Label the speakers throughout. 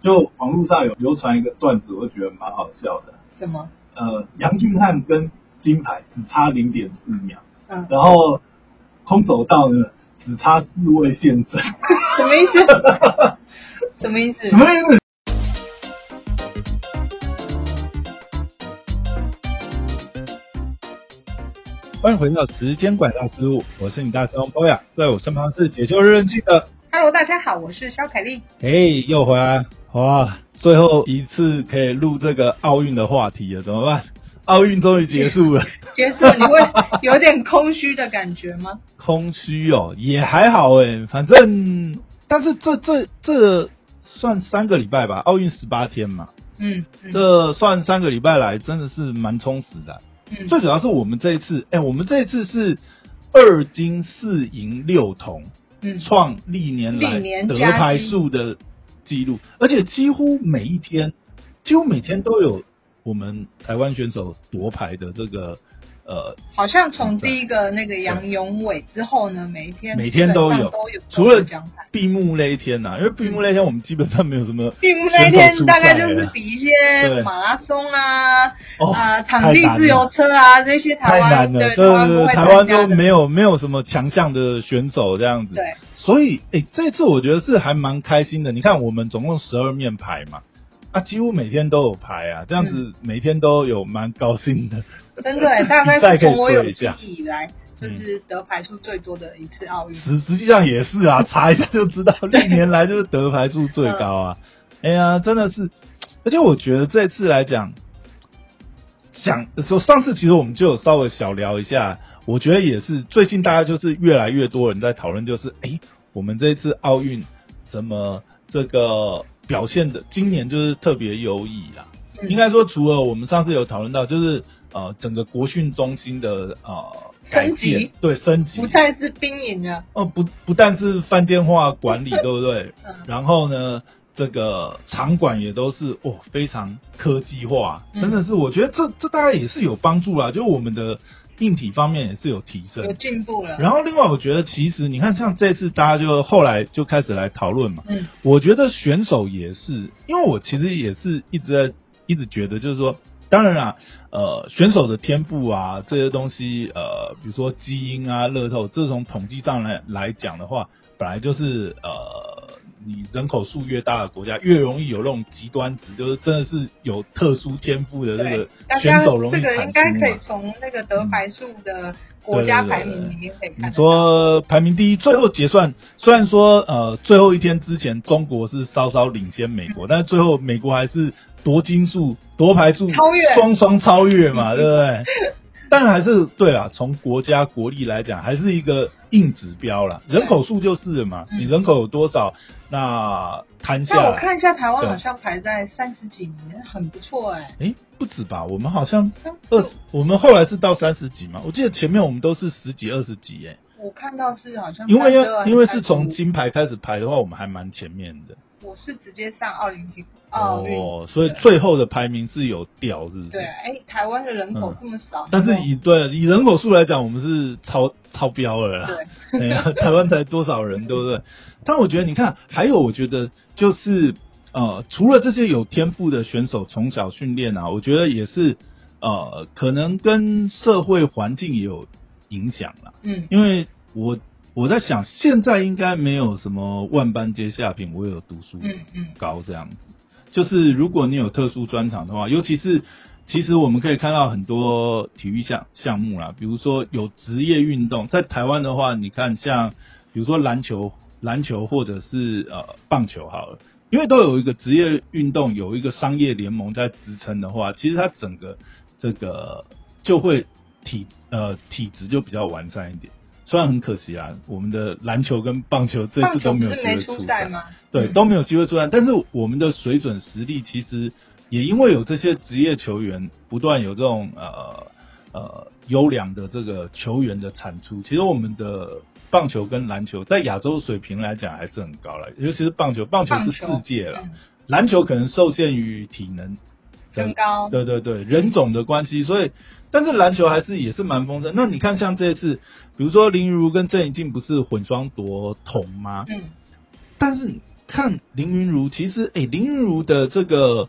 Speaker 1: 就网络上有流传一个段子，我觉得蛮好笑的。
Speaker 2: 什么？
Speaker 1: 呃，杨俊汉跟金牌只差零点四秒，
Speaker 2: 嗯，
Speaker 1: 然后空手道呢只差四位现身，
Speaker 2: 什么意思？什么意 思
Speaker 1: 什？么意思？欢迎回到时间管道思路，我是你大师兄 Boya，在我身旁是解救任性的
Speaker 2: Hello，大家好，我是肖凯丽。
Speaker 1: 哎，又回来哇！最后一次可以录这个奥运的话题了，怎么办？奥运终于结束了，
Speaker 2: 结束， 你会有点空虚的感觉吗？
Speaker 1: 空虚哦，也还好哎，反正但是这这这算三个礼拜吧，奥运十八天嘛，
Speaker 2: 嗯，嗯
Speaker 1: 这算三个礼拜来真的是蛮充实的。
Speaker 2: 嗯
Speaker 1: 最主要是我们这一次，哎，我们这一次是二金四银六铜，
Speaker 2: 嗯
Speaker 1: 创历年来
Speaker 2: 历年
Speaker 1: 得
Speaker 2: 佳绩
Speaker 1: 牌数的记录，而且几乎每一天，几乎每天都有我们台湾选手夺牌的这个呃，
Speaker 2: 好像从第一个那个杨永伟之后呢，每一天
Speaker 1: 每天都有
Speaker 2: 基本上都有，
Speaker 1: 除了
Speaker 2: 奖牌。
Speaker 1: 闭幕那一天啊呐、因为闭幕那一天我们基本上没有什么
Speaker 2: 闭幕那一
Speaker 1: 选手
Speaker 2: 天
Speaker 1: 出
Speaker 2: 大概
Speaker 1: 赛
Speaker 2: 就是
Speaker 1: 了
Speaker 2: 比一些
Speaker 1: 对
Speaker 2: 马拉松啊、
Speaker 1: 哦，
Speaker 2: 啊
Speaker 1: 太
Speaker 2: 场地
Speaker 1: 难
Speaker 2: 自由
Speaker 1: 了
Speaker 2: 车啊这些台
Speaker 1: 太
Speaker 2: 湾
Speaker 1: 难了，对
Speaker 2: 对
Speaker 1: 对
Speaker 2: 湾不
Speaker 1: 对，
Speaker 2: 会
Speaker 1: 台湾
Speaker 2: 参
Speaker 1: 都
Speaker 2: 加的，
Speaker 1: 没有没有什么强项的选手这样子，
Speaker 2: 对，
Speaker 1: 所以哎、这次我觉得是还蛮开心的。你看，我们总共十二面牌嘛，啊，几乎每天都有牌啊，这样子每天都有蛮高兴的。
Speaker 2: 真的耶，大概
Speaker 1: 比赛可
Speaker 2: 是
Speaker 1: 以
Speaker 2: 从我有
Speaker 1: 追一
Speaker 2: 记
Speaker 1: 下嗯
Speaker 2: 忆以来，就是得牌数最多的一次奥运。
Speaker 1: 实实际上也是啊，查一下就知道，历年来就是得牌数最高啊。哎呀，真的是，而且我觉得这次来讲，讲说上次其实我们就有稍微小聊一下，我觉得也是最近大家就是越来越多人在讨论，就是哎，诶我们这次奥运怎么这个表现的，今年就是特别优异啦。
Speaker 2: 嗯
Speaker 1: 应该说，除了我们上次有讨论到，就是呃，整个国训中心的呃改
Speaker 2: 升级
Speaker 1: 建，对升级，
Speaker 2: 不再是兵营了，
Speaker 1: 哦，不不但是饭店化管 理，对不对？
Speaker 2: 嗯
Speaker 1: 然后呢，这个场馆也都是哦非常科技化，
Speaker 2: 嗯
Speaker 1: 真的是我觉得这这大概也是有帮助啦，就我们的硬体方面也是有提
Speaker 2: 有
Speaker 1: 升。
Speaker 2: 进步了。
Speaker 1: 然后另外我觉得其实你看像这次大家就后来就开始来讨论嘛，
Speaker 2: 嗯
Speaker 1: 我觉得选手也是，因为我其实也是一直在一直觉得，就是说，当然啦，呃，选手的天赋啊这些东西，呃，比如说基因啊、乐透，这从统计上来来讲的话，本来就是呃，你人口数越大的国家，越容易有那种极端值，就是真的是有特殊天赋的这
Speaker 2: 对
Speaker 1: 个，
Speaker 2: 大
Speaker 1: 选
Speaker 2: 家
Speaker 1: 手容易
Speaker 2: 这个
Speaker 1: 产
Speaker 2: 应该
Speaker 1: 出
Speaker 2: 可以
Speaker 1: 嘛。
Speaker 2: 从那个得牌数的国家排名里面可以看
Speaker 1: 你
Speaker 2: 得到。
Speaker 1: 说排名第一，最后结算虽然说呃最后一天之前中国是稍稍领先美国，但是最后美国还是夺金数、夺牌数
Speaker 2: 超越
Speaker 1: 双双超越 嘛，对不对？但还是对啦，从国家国力来讲，还是一个硬指标啦。人口数就是了嘛，
Speaker 2: 嗯
Speaker 1: 你人口有多少，那摊下
Speaker 2: 但我
Speaker 1: 来，
Speaker 2: 看一下台湾
Speaker 1: 对
Speaker 2: 好像排在三十几名，很不错哎、
Speaker 1: 哎，不止吧？我们好像
Speaker 2: 上次
Speaker 1: 二十，我们后来是到三十几嘛，我记得前面我们都是十几、二十几、哎。
Speaker 2: 我看到是好像
Speaker 1: 因为
Speaker 2: 32
Speaker 1: 要因为
Speaker 2: 还
Speaker 1: 是从
Speaker 2: 35
Speaker 1: 金牌开始排的话，我们还蛮前面的
Speaker 2: 我是直接上奥林匹克奥运，
Speaker 1: 哦所以
Speaker 2: 哦对
Speaker 1: 最后的排名是有掉，是不是？
Speaker 2: 对，哎、台湾的人口
Speaker 1: 嗯
Speaker 2: 这么少，
Speaker 1: 但是
Speaker 2: 然后
Speaker 1: 以对以人口数来讲，我们是超超标了啦。
Speaker 2: 对，
Speaker 1: 哎呀，台湾才多少人，对不对？但我觉得，你看，还有我觉得就是呃，除了这些有天赋的选手从小训练啊，我觉得也是呃，可能跟社会环境也有影响啦。
Speaker 2: 嗯
Speaker 1: 因为我我在想，现在应该没有什么万般皆下品，我有读书
Speaker 2: 嗯嗯
Speaker 1: 高这样子。就是如果你有特殊专长的话，尤其是其实我们可以看到很多体育项项目啦，比如说有职业运动，在台湾的话，你看像比如说篮球、篮球或者是呃棒球好了。因为都有一个职业运动，有一个商业联盟在支撑的话，其实它整个这个就会体呃体质就比较完善一点。虽然很可惜啊，我们的篮球跟棒球这
Speaker 2: 棒
Speaker 1: 次
Speaker 2: 球
Speaker 1: 都
Speaker 2: 不
Speaker 1: 没有
Speaker 2: 是
Speaker 1: 机
Speaker 2: 没
Speaker 1: 会
Speaker 2: 出
Speaker 1: 出
Speaker 2: 赛
Speaker 1: 赛，
Speaker 2: 吗？
Speaker 1: 对，
Speaker 2: 嗯
Speaker 1: 都没有机会出赛。但是我们的水准实力其实也因为有这些职业球员不断有这种呃呃优良的这个球员的产出，其实我们的棒球跟篮球在亚洲水平来讲还是很高了，尤其是棒球，棒球
Speaker 2: 棒
Speaker 1: 是
Speaker 2: 球
Speaker 1: 世界了，
Speaker 2: 嗯
Speaker 1: 篮球可能受限于体能
Speaker 2: 身高，
Speaker 1: 对对对，人种的关系，所以但是篮球还是也是蛮丰盛。那你看像这一次，比如说林昀儒跟郑怡静不是混双夺铜吗？
Speaker 2: 嗯，
Speaker 1: 但是看林云如，其实哎、林云如的这个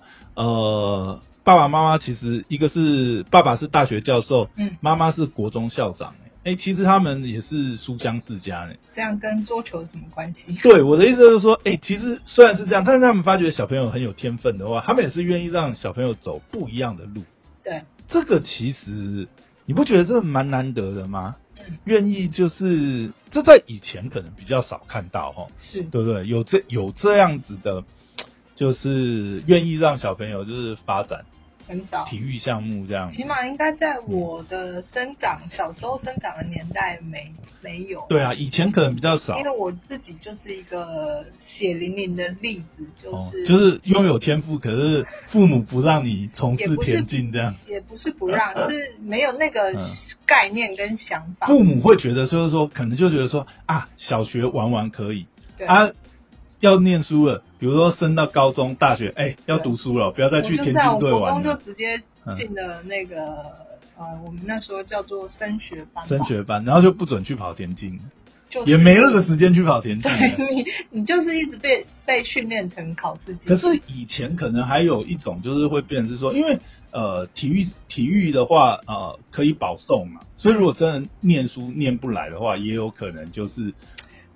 Speaker 1: 呃爸爸妈妈，其实一个是爸爸是大学教授，
Speaker 2: 嗯，
Speaker 1: 妈妈是国中校长、哎、哎其实他们也是书香世家呢、
Speaker 2: 这样跟桌球有什么关系？
Speaker 1: 对，我的意思就是说，哎、其实虽然是这样，但是他们发觉小朋友很有天分的话，他们也是愿意让小朋友走不一样的路。
Speaker 2: 对，
Speaker 1: 这个其实你不觉得这蛮难得的吗
Speaker 2: 嗯？
Speaker 1: 愿意就是这在以前可能比较少看到哦，
Speaker 2: 是，
Speaker 1: 对不对？有这有这样子的，就是愿意让小朋友就是发展
Speaker 2: 很少。
Speaker 1: 体育项目这样子
Speaker 2: 起。码应该在我的生长、小时候生长的年代没没有。
Speaker 1: 对啊，以前可能比较少
Speaker 2: 因，为我自己就是一个血淋淋的例子，就
Speaker 1: 哦
Speaker 2: 是、，
Speaker 1: 就是拥有天赋，可是父母不让你从
Speaker 2: 也
Speaker 1: 事
Speaker 2: 不是
Speaker 1: 田径这样。
Speaker 2: 也不是不让，是没有那个
Speaker 1: 呃嗯
Speaker 2: 概念跟想法。
Speaker 1: 父母会觉得就是说，可能就觉得说啊，小学玩玩可以
Speaker 2: 对，
Speaker 1: 啊，要念书了，比如说升到高中、大学，哎、要读书了，不要再
Speaker 2: 我
Speaker 1: 去
Speaker 2: 就
Speaker 1: 田
Speaker 2: 是啊，
Speaker 1: 径
Speaker 2: 我
Speaker 1: 队
Speaker 2: 国中
Speaker 1: 玩
Speaker 2: 就
Speaker 1: 了。嗯
Speaker 2: 直接进了那个、呃，我们那时候叫做升学班吧，
Speaker 1: 升学班，然后就不准去跑田径，
Speaker 2: 就是
Speaker 1: 也没那个时间去跑田径了。
Speaker 2: 对你，你就是一直被被训练成考试机器。
Speaker 1: 可是以前可能还有一种，就是会变成是说，因为呃，体育体育的话，呃，可以保送嘛，所以如果真的念书念不来的话，也有可能就是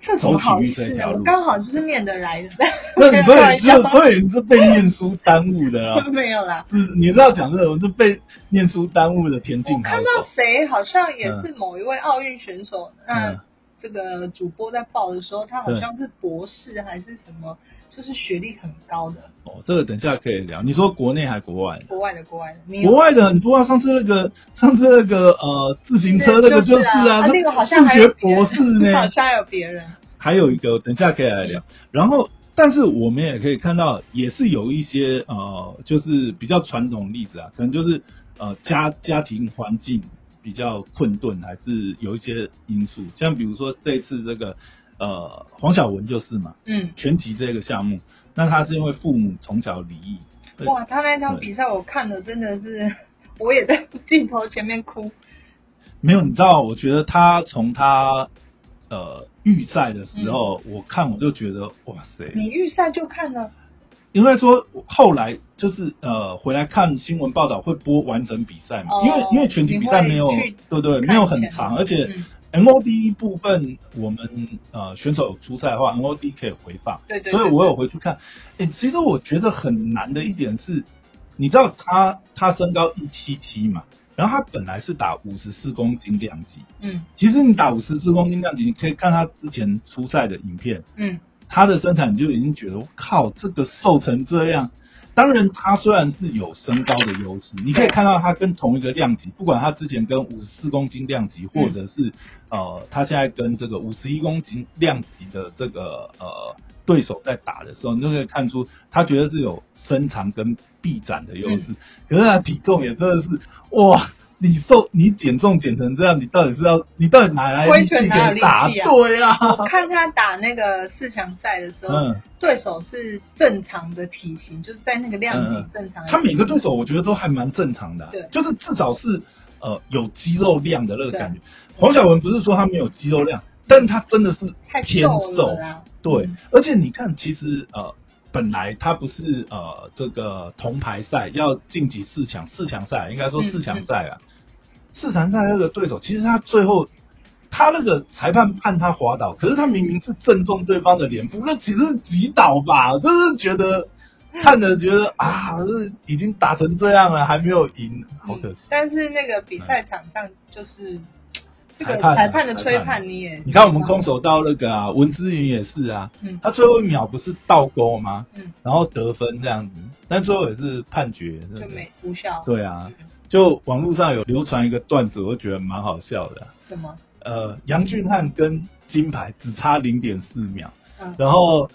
Speaker 2: 这怎
Speaker 1: 走
Speaker 2: 么好
Speaker 1: 体育这
Speaker 2: 事啊？
Speaker 1: 条
Speaker 2: 我
Speaker 1: 路。
Speaker 2: 刚好就是念得来的，
Speaker 1: 那你 所
Speaker 2: 开玩
Speaker 1: 以
Speaker 2: 笑，
Speaker 1: 就所以你是被念书耽误的啊
Speaker 2: 没有啦。嗯
Speaker 1: 是你知道讲这种是被念书耽误的田
Speaker 2: 我
Speaker 1: 径高
Speaker 2: 看
Speaker 1: 手
Speaker 2: 到，谁好像也是某一位奥运选手，
Speaker 1: 嗯
Speaker 2: 那这个主播在报的时候，他好像是博士还是什么，就是学历很高的，
Speaker 1: 哦，这个等一下可以聊。你说国内还国外？
Speaker 2: 国外的国外的。你有
Speaker 1: 国外的很多啊，上次那个上次那个呃自行车那个
Speaker 2: 就是啊，啊
Speaker 1: 他
Speaker 2: 那个好像还
Speaker 1: 数学
Speaker 2: 有
Speaker 1: 博士
Speaker 2: 别人
Speaker 1: 呢
Speaker 2: 好，像还有别人，
Speaker 1: 还有一个，等一下可以来聊。然后，但是我们也可以看到，也是有一些呃，就是比较传统的例子啊，可能就是呃家家庭环境比较困顿，还是有一些因素。像比如说这一次这个呃黄晓雯就是嘛，
Speaker 2: 嗯。
Speaker 1: 拳击这个项目，那她是因为父母从小离异，对
Speaker 2: 哇，他那场比赛我看的真的是，我也在 镜头前面哭。
Speaker 1: 没有，你知道，我觉得她从她呃预赛的时候，我看我就觉得哇塞，
Speaker 2: 你预赛就看了，
Speaker 1: 因为说后来就是呃回来看新闻报道会播完整比赛嘛，
Speaker 2: 哦
Speaker 1: 因为因为全体比赛没有
Speaker 2: 你会去
Speaker 1: 对对
Speaker 2: 看
Speaker 1: 没有很
Speaker 2: 前面
Speaker 1: 长，而且
Speaker 2: 嗯
Speaker 1: MOD 部分我们呃选手有出赛的话，MOD 可以回放，
Speaker 2: 对对对
Speaker 1: 所以我有回去看。哎、其实我觉得很难的一点是，你知道他他身高一七七嘛，然后他本来是打五十四公斤量级，
Speaker 2: 嗯
Speaker 1: 其实你打五十四公斤量级，你可以看他之前出赛的影片，
Speaker 2: 嗯，
Speaker 1: 他的身材你就已经觉得，我靠，这个瘦成这样。当然，他虽然是有身高的优势，你可以看到他跟同一个量级，不管他之前跟五十四公斤量级，或者是、
Speaker 2: 嗯
Speaker 1: 呃，他现在跟这个五十一公斤量级的这个呃对手在打的时候，你就可以看出他觉得是有身长跟臂展的优势，
Speaker 2: 嗯
Speaker 1: 可是他体重也真的是哇。你瘦，你减重减成这样，你到底是要，你到底哪来力
Speaker 2: 挥
Speaker 1: 气可
Speaker 2: 拳哪有
Speaker 1: 以打？
Speaker 2: 力气啊
Speaker 1: 对啊，
Speaker 2: 我看他打那个四强赛的时候，
Speaker 1: 嗯，
Speaker 2: 对手是正常的体型，就是在那个量
Speaker 1: 嗯
Speaker 2: 级
Speaker 1: 嗯
Speaker 2: 正常的体型。
Speaker 1: 他每个对手我觉得都还蛮正常的啊、
Speaker 2: 对
Speaker 1: 就是至少是呃有肌肉量的那个感觉。黄晓雯不是说她没有肌肉量，但是她真的是
Speaker 2: 太
Speaker 1: 偏
Speaker 2: 瘦了
Speaker 1: 瘦，
Speaker 2: 啦。
Speaker 1: 对
Speaker 2: 嗯，
Speaker 1: 而且你看，其实呃本来她不是呃这个铜牌赛要晋级四强，四强赛应该说
Speaker 2: 嗯
Speaker 1: 四强赛啊，四强赛那个对手，其实她最后。他那个裁判判他滑倒，可是他明明是正中对方的脸部，那其实是击倒吧，就是觉得
Speaker 2: 嗯
Speaker 1: 看着觉得啊，这已经打成这样了，还没有赢，好可惜。嗯
Speaker 2: 但是那个比赛场上就是这个
Speaker 1: 裁判啊
Speaker 2: 裁判的吹
Speaker 1: 裁判
Speaker 2: 判，你也
Speaker 1: 你看我们空手道那个啊，文之云也是啊，
Speaker 2: 嗯
Speaker 1: 他最后一秒不是倒钩吗？
Speaker 2: 嗯，
Speaker 1: 然后得分这样子，但最后也是判决，对
Speaker 2: 就
Speaker 1: 不对？
Speaker 2: 没无效。
Speaker 1: 对啊
Speaker 2: 嗯，
Speaker 1: 就网络上有流传一个段子，我觉得蛮好笑的啊、
Speaker 2: 什么？
Speaker 1: 呃，杨俊翰跟金牌只差零点四秒，
Speaker 2: 嗯，
Speaker 1: 然后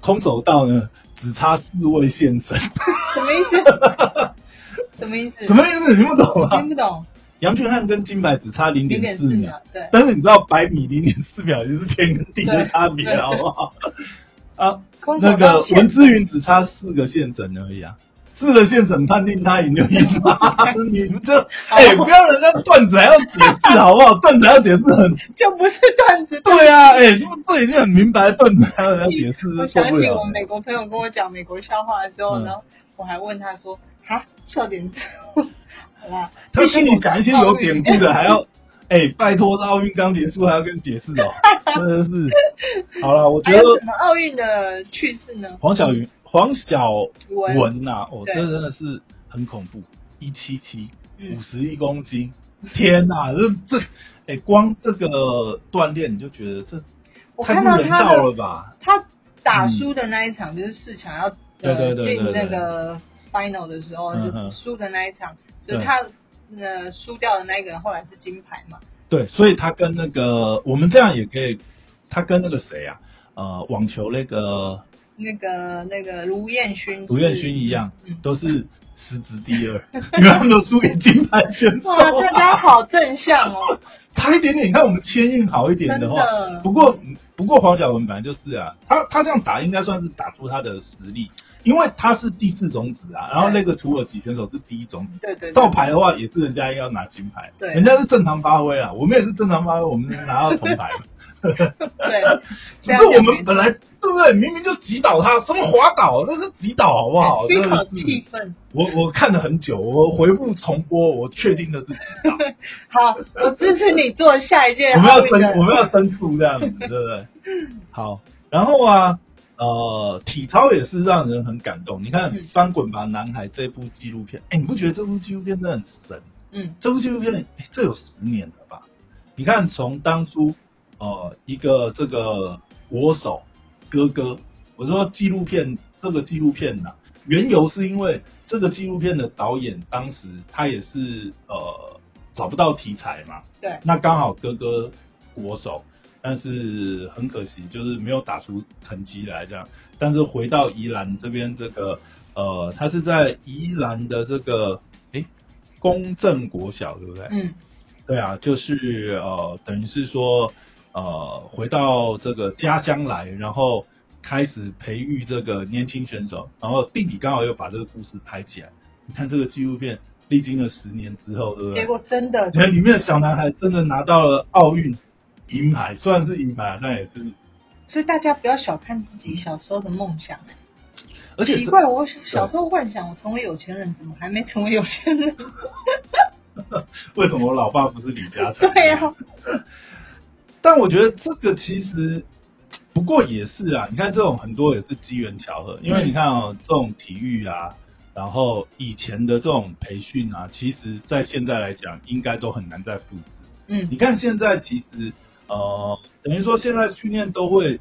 Speaker 1: 空手道呢只差四位现身，
Speaker 2: 什么意思？ 什么意思？
Speaker 1: 什么意思？你不懂
Speaker 2: 听
Speaker 1: 啊？
Speaker 2: 不懂？
Speaker 1: 杨俊翰跟金牌只差零点
Speaker 2: 零点
Speaker 1: 四
Speaker 2: 四
Speaker 1: 秒，
Speaker 2: 秒，对，
Speaker 1: 但是你知道百米零点四秒就是天跟地的差别
Speaker 2: 对，对
Speaker 1: 好不好？啊，
Speaker 2: 空手
Speaker 1: 那
Speaker 2: 道
Speaker 1: 个
Speaker 2: 现
Speaker 1: 文之云只差四个县城而已啊，四个县审判定他赢就赢吧，你们这哎、不要人家段子还要解释好不好？段子还要解释很
Speaker 2: 就不是段子。
Speaker 1: 对啊，哎、这这已经很明白，段子还要人家解释，
Speaker 2: 我
Speaker 1: 这嗯受
Speaker 2: 想
Speaker 1: 不
Speaker 2: 起
Speaker 1: 了
Speaker 2: 我。美国朋友跟我讲美国笑话的时候，
Speaker 1: 嗯
Speaker 2: 然后我还问他说：“哈，笑点高， 好啦。”
Speaker 1: 他跟你讲一些有典故的，还要哎、拜托，这奥运刚结束还要跟你解释哦，真的是。好了，我觉
Speaker 2: 还
Speaker 1: 得
Speaker 2: 有什么奥运的趣事呢？
Speaker 1: 黄小云、黄小
Speaker 2: 文
Speaker 1: 文呐、哦，这
Speaker 2: 对
Speaker 1: 真的是很恐怖，一七七，
Speaker 2: 嗯
Speaker 1: 五十一公斤，天呐、这这，哎、光这个锻炼你就觉得这
Speaker 2: 我
Speaker 1: 太
Speaker 2: 看
Speaker 1: 不
Speaker 2: 到
Speaker 1: 人
Speaker 2: 他
Speaker 1: 道了
Speaker 2: 的
Speaker 1: 吧？
Speaker 2: 他打输的那一场，就是四强要
Speaker 1: 嗯对对
Speaker 2: 呃
Speaker 1: 对对
Speaker 2: 进那
Speaker 1: 对
Speaker 2: 个 final 的时候，
Speaker 1: 嗯哼
Speaker 2: 就输的那一场，就
Speaker 1: 对
Speaker 2: 他呃输掉的那一个人后来是金牌嘛。
Speaker 1: 对，所以他跟那个我们这样也可以，他跟那个谁啊，呃，网球那个
Speaker 2: 那个那个卢彦勋，
Speaker 1: 卢彦勋一样，
Speaker 2: 嗯
Speaker 1: 都是实值第 二，因为他们都输给金牌选手、啊
Speaker 2: 哇，大家好正 向哦，
Speaker 1: 差一点点，你看我们签运好一点的话，
Speaker 2: 真的
Speaker 1: 不过不过黄晓雯本来就是啊，他他这样打应该算是打出他的实力，因为他是第四种子啊，然后那个土耳其选手是第一种子。
Speaker 2: 对对对
Speaker 1: 照，牌的话也是人家要拿金牌，
Speaker 2: 对
Speaker 1: 人家是正常发挥啊，我们也是正常发挥，我们拿到铜牌嘛。
Speaker 2: 对，
Speaker 1: 只
Speaker 2: 这样
Speaker 1: 是我
Speaker 2: 讲
Speaker 1: 们
Speaker 2: 没
Speaker 1: 本来对不对？明明就击倒他，什么滑倒，那是击倒好不 好？
Speaker 2: 非
Speaker 1: 真的
Speaker 2: 常
Speaker 1: 是
Speaker 2: 气愤。
Speaker 1: 我我看了很久，我回复重播，我确定的是击倒。
Speaker 2: 好，我支持你做下一届
Speaker 1: 我们
Speaker 2: 奥
Speaker 1: 要
Speaker 2: 运的
Speaker 1: 申我们要申诉这样子，对不对？好，然后啊，呃，体操也是让人很感动。你看
Speaker 2: 嗯
Speaker 1: 《翻滚吧，男孩》这部纪录片，哎，你不觉得这部纪录片真的很神？
Speaker 2: 嗯
Speaker 1: 这部纪录片，哎，这有十年了吧？你看，从当初呃一个这个国手哥哥，我说纪录片这个纪录片呐、缘由是因为这个纪录片的导演当时他也是呃找不到题材嘛，
Speaker 2: 对，
Speaker 1: 那刚好哥哥国手，但是很可惜，就是没有打出成绩来这样。但是回到宜兰这边，这个呃，他是在宜兰的这个诶公正国小，对不对？
Speaker 2: 嗯
Speaker 1: 对啊，就是呃，等于是说呃，回到这个家乡来，然后开始培育这个年轻选手，然后弟弟刚好又把这个故事拍起来。你看这个纪录片，历经了十年之后，对不对？
Speaker 2: 结果真的
Speaker 1: 觉得里面的小男孩真的拿到了奥运银牌，虽然是银牌，但也是，
Speaker 2: 所以大家不要小看自己小时候的梦想。
Speaker 1: 而且
Speaker 2: 奇
Speaker 1: 是
Speaker 2: 怪，我小时候幻想我成为有钱人，怎么还没成为有 钱人？
Speaker 1: 为什么我老爸不是李嘉诚？
Speaker 2: 对啊呀、
Speaker 1: 但我觉得这个其实不过也是啊，你看这种很多也是机缘巧合，因为
Speaker 2: 嗯
Speaker 1: 你看哦，这种体育啊，然后以前的这种培训啊，其实在现在来讲，应该都很难再复制。你
Speaker 2: 嗯，
Speaker 1: 看现在其实呃，等于说现在训练都会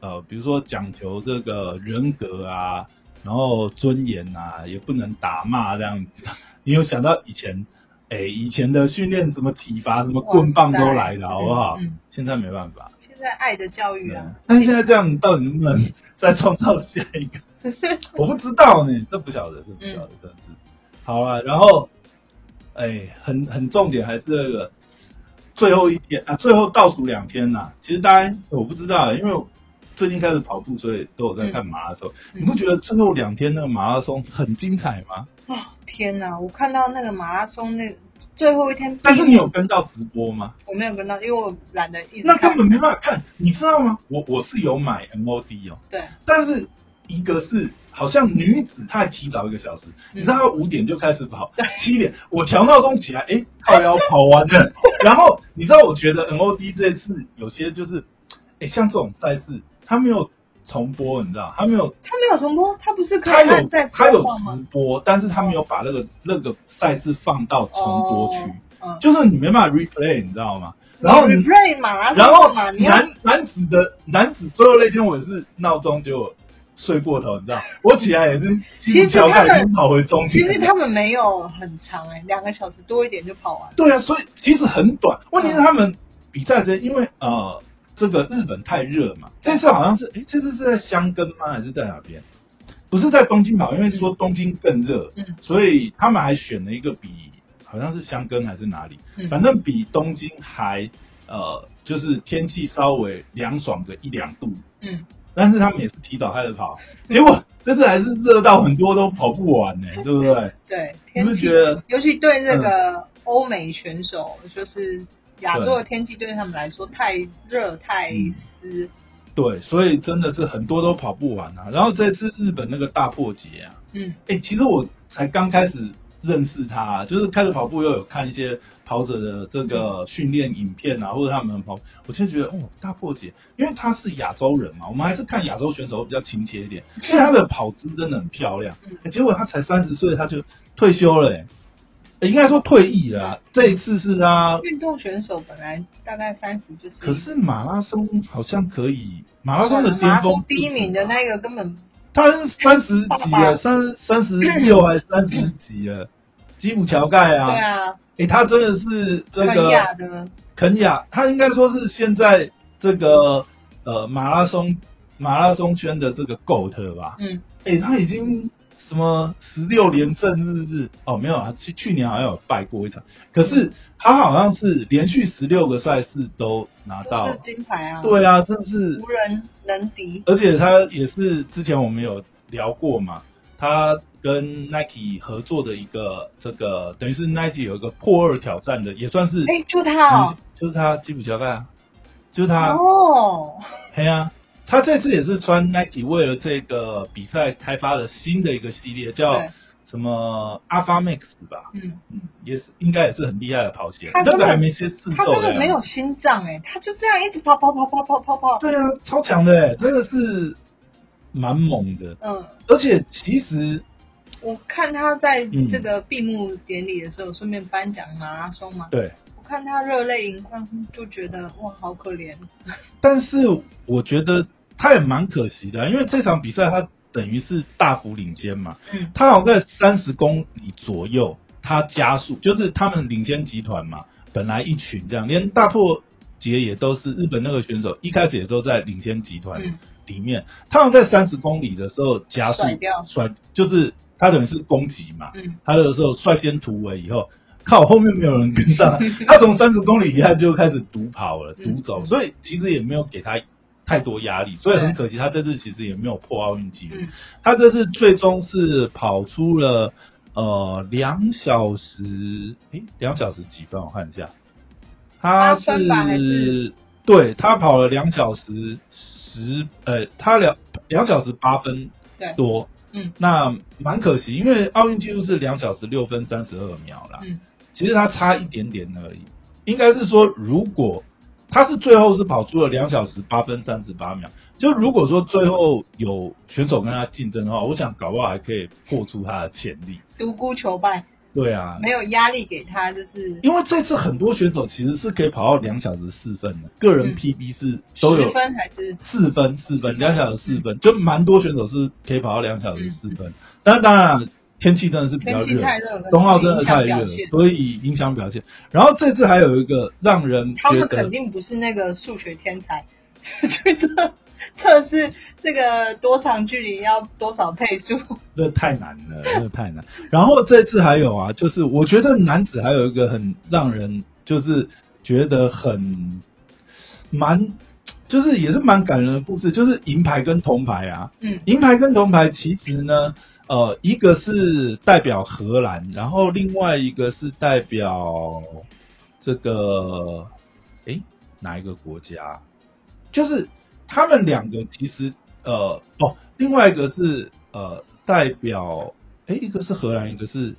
Speaker 1: 呃，比如说讲求这个人格啊，然后尊严啊，也不能打骂这样子。 你有想到以前？哎，以前的训练什么体罚、什么棍棒都来的，
Speaker 2: 哇塞
Speaker 1: 好不好？
Speaker 2: 嗯嗯
Speaker 1: 现在没办法。嗯
Speaker 2: 现在爱的教育啊，嗯
Speaker 1: 但现在这样，到底能不能再创造下一个？ 我不知道呢，这不晓得，这不晓得，
Speaker 2: 嗯
Speaker 1: 真是。好啊，然后，哎，很很重点还是那个最后一天啊，最后倒数两天呐、其实大家我不知道，因为我最近开始跑步，所以都有在看马拉松。
Speaker 2: 嗯
Speaker 1: 你不觉得最后两天那个马拉松很精彩吗？
Speaker 2: 哦天哪！我看到那个马拉松那最后一天，
Speaker 1: 但是你有跟到直播吗？
Speaker 2: 我没有跟到，因为我懒得一直
Speaker 1: 那
Speaker 2: 看。
Speaker 1: 根本没办法看，你知道吗？我我是有买 MOD 哦，
Speaker 2: 对，
Speaker 1: 但是一个是好像女子她还提早一个小时，
Speaker 2: 嗯
Speaker 1: 你知道她五点就开始 跑，七点我调闹钟起来，哎、靠腰跑完 了。然后你知道，我觉得 NOD 这次有些就是，哎、像这种赛事，他没有重播，你知道，他没有，
Speaker 2: 他没有重播，他不是可
Speaker 1: 他
Speaker 2: 以按
Speaker 1: 有
Speaker 2: 在
Speaker 1: 他有
Speaker 2: 播放
Speaker 1: 直
Speaker 2: 吗？
Speaker 1: 播，但是他没有把那个那个赛事放到重播区，
Speaker 2: 哦，嗯，嗯
Speaker 1: 就是你没办法 replay，你知道吗？然后你
Speaker 2: replay 马拉松
Speaker 1: 然后
Speaker 2: 嘛，你要
Speaker 1: 男男子的男子最后那天我也是闹钟结果睡过头，你知道，我起来也是心力交瘁，已经跑回中
Speaker 2: 其实
Speaker 1: 间。
Speaker 2: 他们没有很长哎、两个小时多一点就跑完了。
Speaker 1: 对啊，所以其实很短。问
Speaker 2: 嗯
Speaker 1: 题是他们比赛时间，因为呃，这个日本太热嘛，这次好像是，诶，这次是在箱根吗？还是在哪边？不是在东京跑，因为说东京更热，
Speaker 2: 嗯
Speaker 1: 所以他们还选了一个比好像是箱根还是哪里，
Speaker 2: 嗯，
Speaker 1: 反正比东京还呃，就是天气稍微凉爽个一两度
Speaker 2: 嗯，
Speaker 1: 但是他们也是提早开始跑，结果但是还是热到很多都跑不完呢、对不对？
Speaker 2: 对，
Speaker 1: 你
Speaker 2: 天
Speaker 1: 不
Speaker 2: 气
Speaker 1: 觉得？
Speaker 2: 尤其对这个欧美选手，就是亚洲
Speaker 1: 对
Speaker 2: 的天气对他们来说太热太
Speaker 1: 嗯
Speaker 2: 湿，
Speaker 1: 对，所以真的是很多都跑不完啊。然后这次日本那个大破节啊，
Speaker 2: 嗯
Speaker 1: 哎、其实我才刚开始认识他、啊就是开始跑步又有看一些跑者的这
Speaker 2: 嗯
Speaker 1: 个训练影片啊，或者他们跑，我就觉得哦，大破解，因为他是亚洲人嘛，我们还是看亚洲选手比较亲切一点，所以他的跑姿真的很漂亮。
Speaker 2: 嗯
Speaker 1: 欸结果他才三十岁，他就退休了、欸欸应该说退役了啊。这一次是他，
Speaker 2: 运动选手本来大概三十就是，
Speaker 1: 嗯可是马拉松好像可以，马拉松的
Speaker 2: 啊马
Speaker 1: 巅
Speaker 2: 拉
Speaker 1: 峰
Speaker 2: 松第一名的那个根本
Speaker 1: 他三十几了，三三十六还是三十几了，基普乔盖
Speaker 2: 嗯对啊，
Speaker 1: 诶，他真的是这
Speaker 2: 肯
Speaker 1: 个
Speaker 2: 亚啊的
Speaker 1: 肯雅，他应该说是现在这个呃马拉松马拉松圈的这个 GOAT 吧。
Speaker 2: 嗯
Speaker 1: 诶，他已经什么十六连胜日日哦，没有啊，去去年好像有败过一场，可
Speaker 2: 嗯
Speaker 1: 是他好像是连续十六个赛事都拿
Speaker 2: 都
Speaker 1: 到
Speaker 2: 是。金牌啊，
Speaker 1: 对啊，真的是
Speaker 2: 无人能敌，
Speaker 1: 而且他也是之前我们有聊过嘛，他跟 Nike 合作的一个这个，等于是 Nike 有一个破二挑战的，也算是，
Speaker 2: 哎，就他哦，
Speaker 1: 就是他基普乔盖啊，就是他，
Speaker 2: 哦，
Speaker 1: 嘿啊，他这次也是穿 Nike 为了这个比赛开发的新的一个系列，叫
Speaker 2: 对
Speaker 1: 什么 Alpha Max 吧，
Speaker 2: 嗯，
Speaker 1: 嗯，也是应该也是很厉害的跑鞋，
Speaker 2: 他
Speaker 1: 那
Speaker 2: 根
Speaker 1: 个
Speaker 2: 本
Speaker 1: 还没先试
Speaker 2: 他
Speaker 1: 售
Speaker 2: 根
Speaker 1: 的
Speaker 2: 本
Speaker 1: 呀，
Speaker 2: 没有心脏哎，他就这样一直跑跑跑跑跑跑跑，
Speaker 1: 对啊，超强的欸，真的是蛮猛的，
Speaker 2: 嗯。
Speaker 1: 而且其实。
Speaker 2: 我看他在
Speaker 1: 嗯
Speaker 2: 这个闭幕典礼的时候，顺便颁奖马拉松嘛，
Speaker 1: 对，
Speaker 2: 我看他热泪盈眶，就觉得哇，好可怜。
Speaker 1: 但是我觉得他也蛮可惜的，因为这场比赛他等于是大幅领先嘛，
Speaker 2: 嗯，
Speaker 1: 他好像在三十公里左右，他加速，就是他们领先集团嘛，本来一群这样，连大破节也都是日本那个选手一开始也都在领先集团
Speaker 2: 嗯
Speaker 1: 里面，他好像在三十公里的时候加速
Speaker 2: 甩掉
Speaker 1: 甩就是他等于是攻击嘛，
Speaker 2: 嗯，
Speaker 1: 他的时候率先突围以后，靠后面没有人跟 上，他从三十公里以下就开始独跑了，
Speaker 2: 嗯
Speaker 1: 独走，
Speaker 2: 嗯
Speaker 1: 所以其实也没有给他太多压力，所以很可惜他这次其实也没有破奥运纪录
Speaker 2: 嗯，
Speaker 1: 他这次最终是跑出了呃两小时，诶两小时几分？我看一下，他
Speaker 2: 八分吧还
Speaker 1: 是
Speaker 2: 是。
Speaker 1: 对他跑了两小时十，呃，他两两小时八分
Speaker 2: 对，
Speaker 1: 多，
Speaker 2: 嗯
Speaker 1: 那蛮可惜，因为奥运纪录是两小时六分三十二秒啦，
Speaker 2: 嗯
Speaker 1: 其实它差一点点而已。应该是说，如果他是最后是跑出了两小时八分三十八秒，就如果说最后有选手跟他竞争的话，我想搞不好还可以破出他的潜力。
Speaker 2: 独孤求败，
Speaker 1: 对啊，
Speaker 2: 没有压力给他，就是
Speaker 1: 因为这次很多选手其实是可以跑到两小时四分的，个人
Speaker 2: 嗯
Speaker 1: PB 是都有
Speaker 2: 十分还是
Speaker 1: 四分，四分，两小时四分，就蛮多选手是可以跑到两小时四分。但当然了，天气真的是比较
Speaker 2: 嗯天气
Speaker 1: 热，
Speaker 2: 太热了，
Speaker 1: 冬奥真的太
Speaker 2: 影
Speaker 1: 热
Speaker 2: 响
Speaker 1: 了
Speaker 2: 表现，
Speaker 1: 所以影响表现。然后这次还有一个让人
Speaker 2: 他
Speaker 1: 觉
Speaker 2: 们肯
Speaker 1: 得，
Speaker 2: 定不是那个数学天才，就就测测试这个多长距离要多少配速。
Speaker 1: 这太难了，这太难。然后这次还有啊，就是我觉得男子还有一个很让人就是觉得很蛮，就是也是蛮感人的故事，就是银牌跟铜牌啊。
Speaker 2: 嗯
Speaker 1: 银牌跟铜牌其实呢，呃，一个是代表荷兰，然后另外一个是代表这个，诶，哪一个国家？就是他们两个其实呃，哦，另外一个是呃代表，诶，一个是荷兰，一个是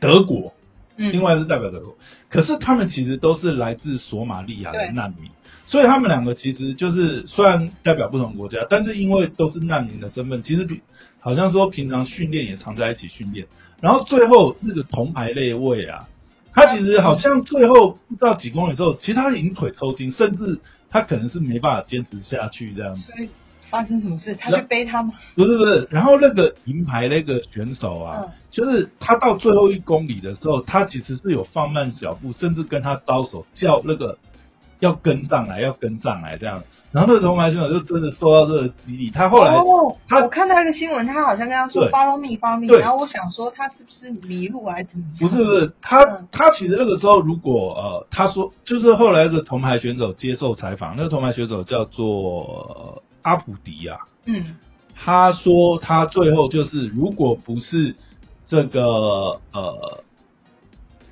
Speaker 1: 德国，
Speaker 2: 嗯，
Speaker 1: 另外是代表德国。可是他们其实都是来自索马利亚的
Speaker 2: 对
Speaker 1: 难民，所以他们两个其实就是虽然代表不同国家，但是因为都是难民的身份，其实比好像说平常训练也常在一起训练。然后最后那个铜牌那位啊，他其实好像最后不知道几公里之后，其实他已经腿抽筋，甚至他可能是没办法坚持下去这样子。
Speaker 2: 所以发生什么事，他去背他吗？
Speaker 1: 不是不是，然后那个银牌那个选手啊，
Speaker 2: 嗯
Speaker 1: 就是他到最后一公里的时候，他其实是有放慢脚步，甚至跟他招手叫那个要跟上来，要跟上来这样。然后那个铜牌选手就真的受到这个激励，他后来、
Speaker 2: 哦、
Speaker 1: 他
Speaker 2: 我看到一个新闻，他好像跟他说
Speaker 1: 对
Speaker 2: “follow me”，“follow me”，
Speaker 1: 对
Speaker 2: 然后我想说他是不是迷路还是怎么样？
Speaker 1: 不是不是，他
Speaker 2: 嗯
Speaker 1: 他其实那个时候如果呃，他说就是后来那个铜牌选手接受采访，那个铜牌选手叫做、呃阿普迪啊，
Speaker 2: 嗯，
Speaker 1: 他说他最后就是，如果不是这个呃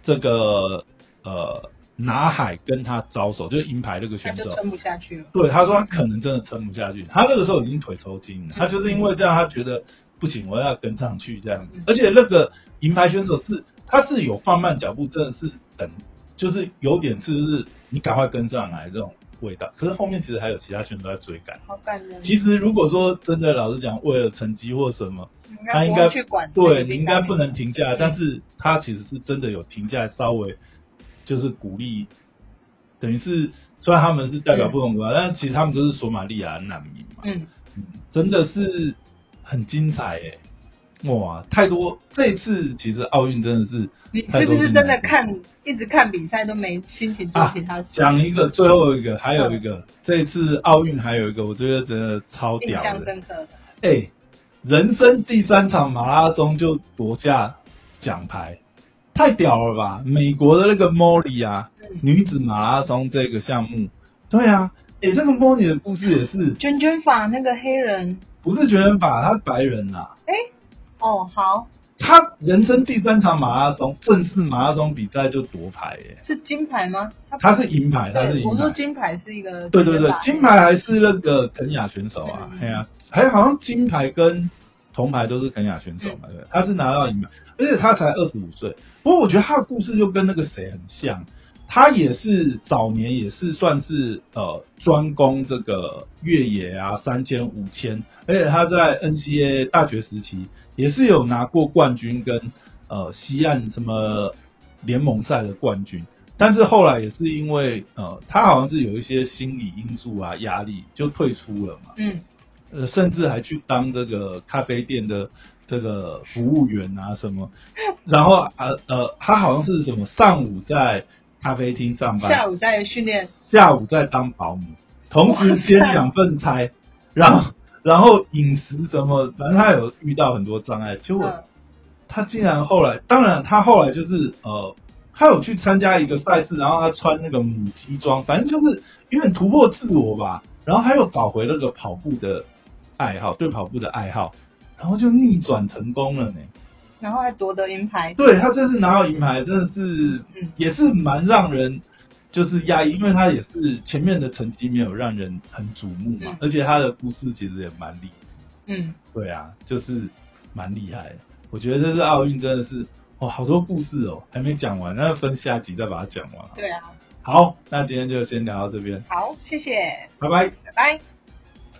Speaker 1: 这个呃拿海跟他招手，就是银牌这个
Speaker 2: 他
Speaker 1: 选
Speaker 2: 就
Speaker 1: 手，
Speaker 2: 撑不下去了。
Speaker 1: 对，他说他可能真的撑不下去，他那个时候已经腿抽筋了，他就是因为这样，他觉得不行，我要跟上去这样子
Speaker 2: 嗯。
Speaker 1: 而且那个银牌选手是，他是有放慢脚步，真的是等，就是有点是就是你赶快跟上来这种味道。可是后面其实还有其他选手在追赶。
Speaker 2: 好感人，
Speaker 1: 其实如果说真的，老实讲，为了成绩或什么，
Speaker 2: 你应
Speaker 1: 他
Speaker 2: 该
Speaker 1: 应
Speaker 2: 不
Speaker 1: 该
Speaker 2: 会去管这个
Speaker 1: 对
Speaker 2: 比
Speaker 1: 你应该
Speaker 2: 赛
Speaker 1: 不能停下来，
Speaker 2: 嗯
Speaker 1: 但是他其实是真的有停下来，稍微就是鼓励，等于是虽然他们是代表不同国家，但其实他们都是索马利亚难民嘛，
Speaker 2: 嗯，
Speaker 1: 嗯真的是很精彩哎、哇，太多！这一次其实奥运真的是
Speaker 2: 你
Speaker 1: 太
Speaker 2: 是
Speaker 1: 多
Speaker 2: 不是真的
Speaker 1: 精彩
Speaker 2: 看一直看比赛都没心情做
Speaker 1: 啊
Speaker 2: 其他事？
Speaker 1: 讲一个，最后一个，还有一个，
Speaker 2: 嗯
Speaker 1: 这一次奥运还有一个，我觉得真的超
Speaker 2: 印
Speaker 1: 屌
Speaker 2: 象
Speaker 1: 的，
Speaker 2: 深刻的，
Speaker 1: 哎、人生第三场马拉松就夺下奖牌，太屌了吧！美国的那个 Molly 啊，
Speaker 2: 嗯，
Speaker 1: 女子马拉松这个项目，对啊，哎、这个 Molly 的故事也是，
Speaker 2: 卷卷发那个黑人，
Speaker 1: 不是全人法，她白人呐、
Speaker 2: 哎、哦，好，
Speaker 1: 她人生第三场马拉松正式马拉松比赛就夺牌耶、
Speaker 2: 是金牌吗？他
Speaker 1: 她是银牌，她是
Speaker 2: 对，我
Speaker 1: 银
Speaker 2: 说
Speaker 1: 牌。
Speaker 2: 金牌是一个
Speaker 1: 对对对
Speaker 2: 卷，发
Speaker 1: 金牌还是那个肯雅选手啊，
Speaker 2: 嗯
Speaker 1: 哎呀、还好像金牌跟铜牌都是肯雅选手嘛，对不对，他是拿到银牌，而且他才二十五岁。不过我觉得他的故事就跟那个谁很像，他也是早年也是算是呃专攻这个越野啊，三千、五千，而且他在 NCAA 大学时期也是有拿过冠军跟呃西岸什么联盟赛的冠军。但是后来也是因为呃，他好像是有一些心理因素啊，压力就退出了嘛。
Speaker 2: 嗯，
Speaker 1: 呃，甚至还去当这个咖啡店的这个服务员啊什么。然后呃呃，他好像是什么上午在咖啡厅上班，
Speaker 2: 下午在训练，
Speaker 1: 下午在当保姆，同时兼两份差，然后然后饮食什么，反正他有遇到很多障碍，结果。
Speaker 2: 嗯
Speaker 1: 他竟然后来，当然他后来就是呃，他有去参加一个赛事，然后他穿那个母鸡装，反正就是有点突破自我吧。然后他又找回那个跑步的爱好，对跑步的爱好，然后就逆转成功了呢。
Speaker 2: 然后还夺得银牌，
Speaker 1: 对他这次拿到银牌，真的是
Speaker 2: 嗯
Speaker 1: 也是蛮让人就是压抑，因为他也是前面的成绩没有让人很瞩目嘛
Speaker 2: 嗯，
Speaker 1: 而且他的故事其实也蛮励
Speaker 2: 嗯，
Speaker 1: 对啊，就是蛮厉害的。我觉得这次奥运真的是哦，好多故事哦，还没讲完，那分下集再把它讲完好了。
Speaker 2: 对啊，
Speaker 1: 好，那今天就先聊到这边，
Speaker 2: 好，谢谢，
Speaker 1: 拜拜。
Speaker 2: 拜拜。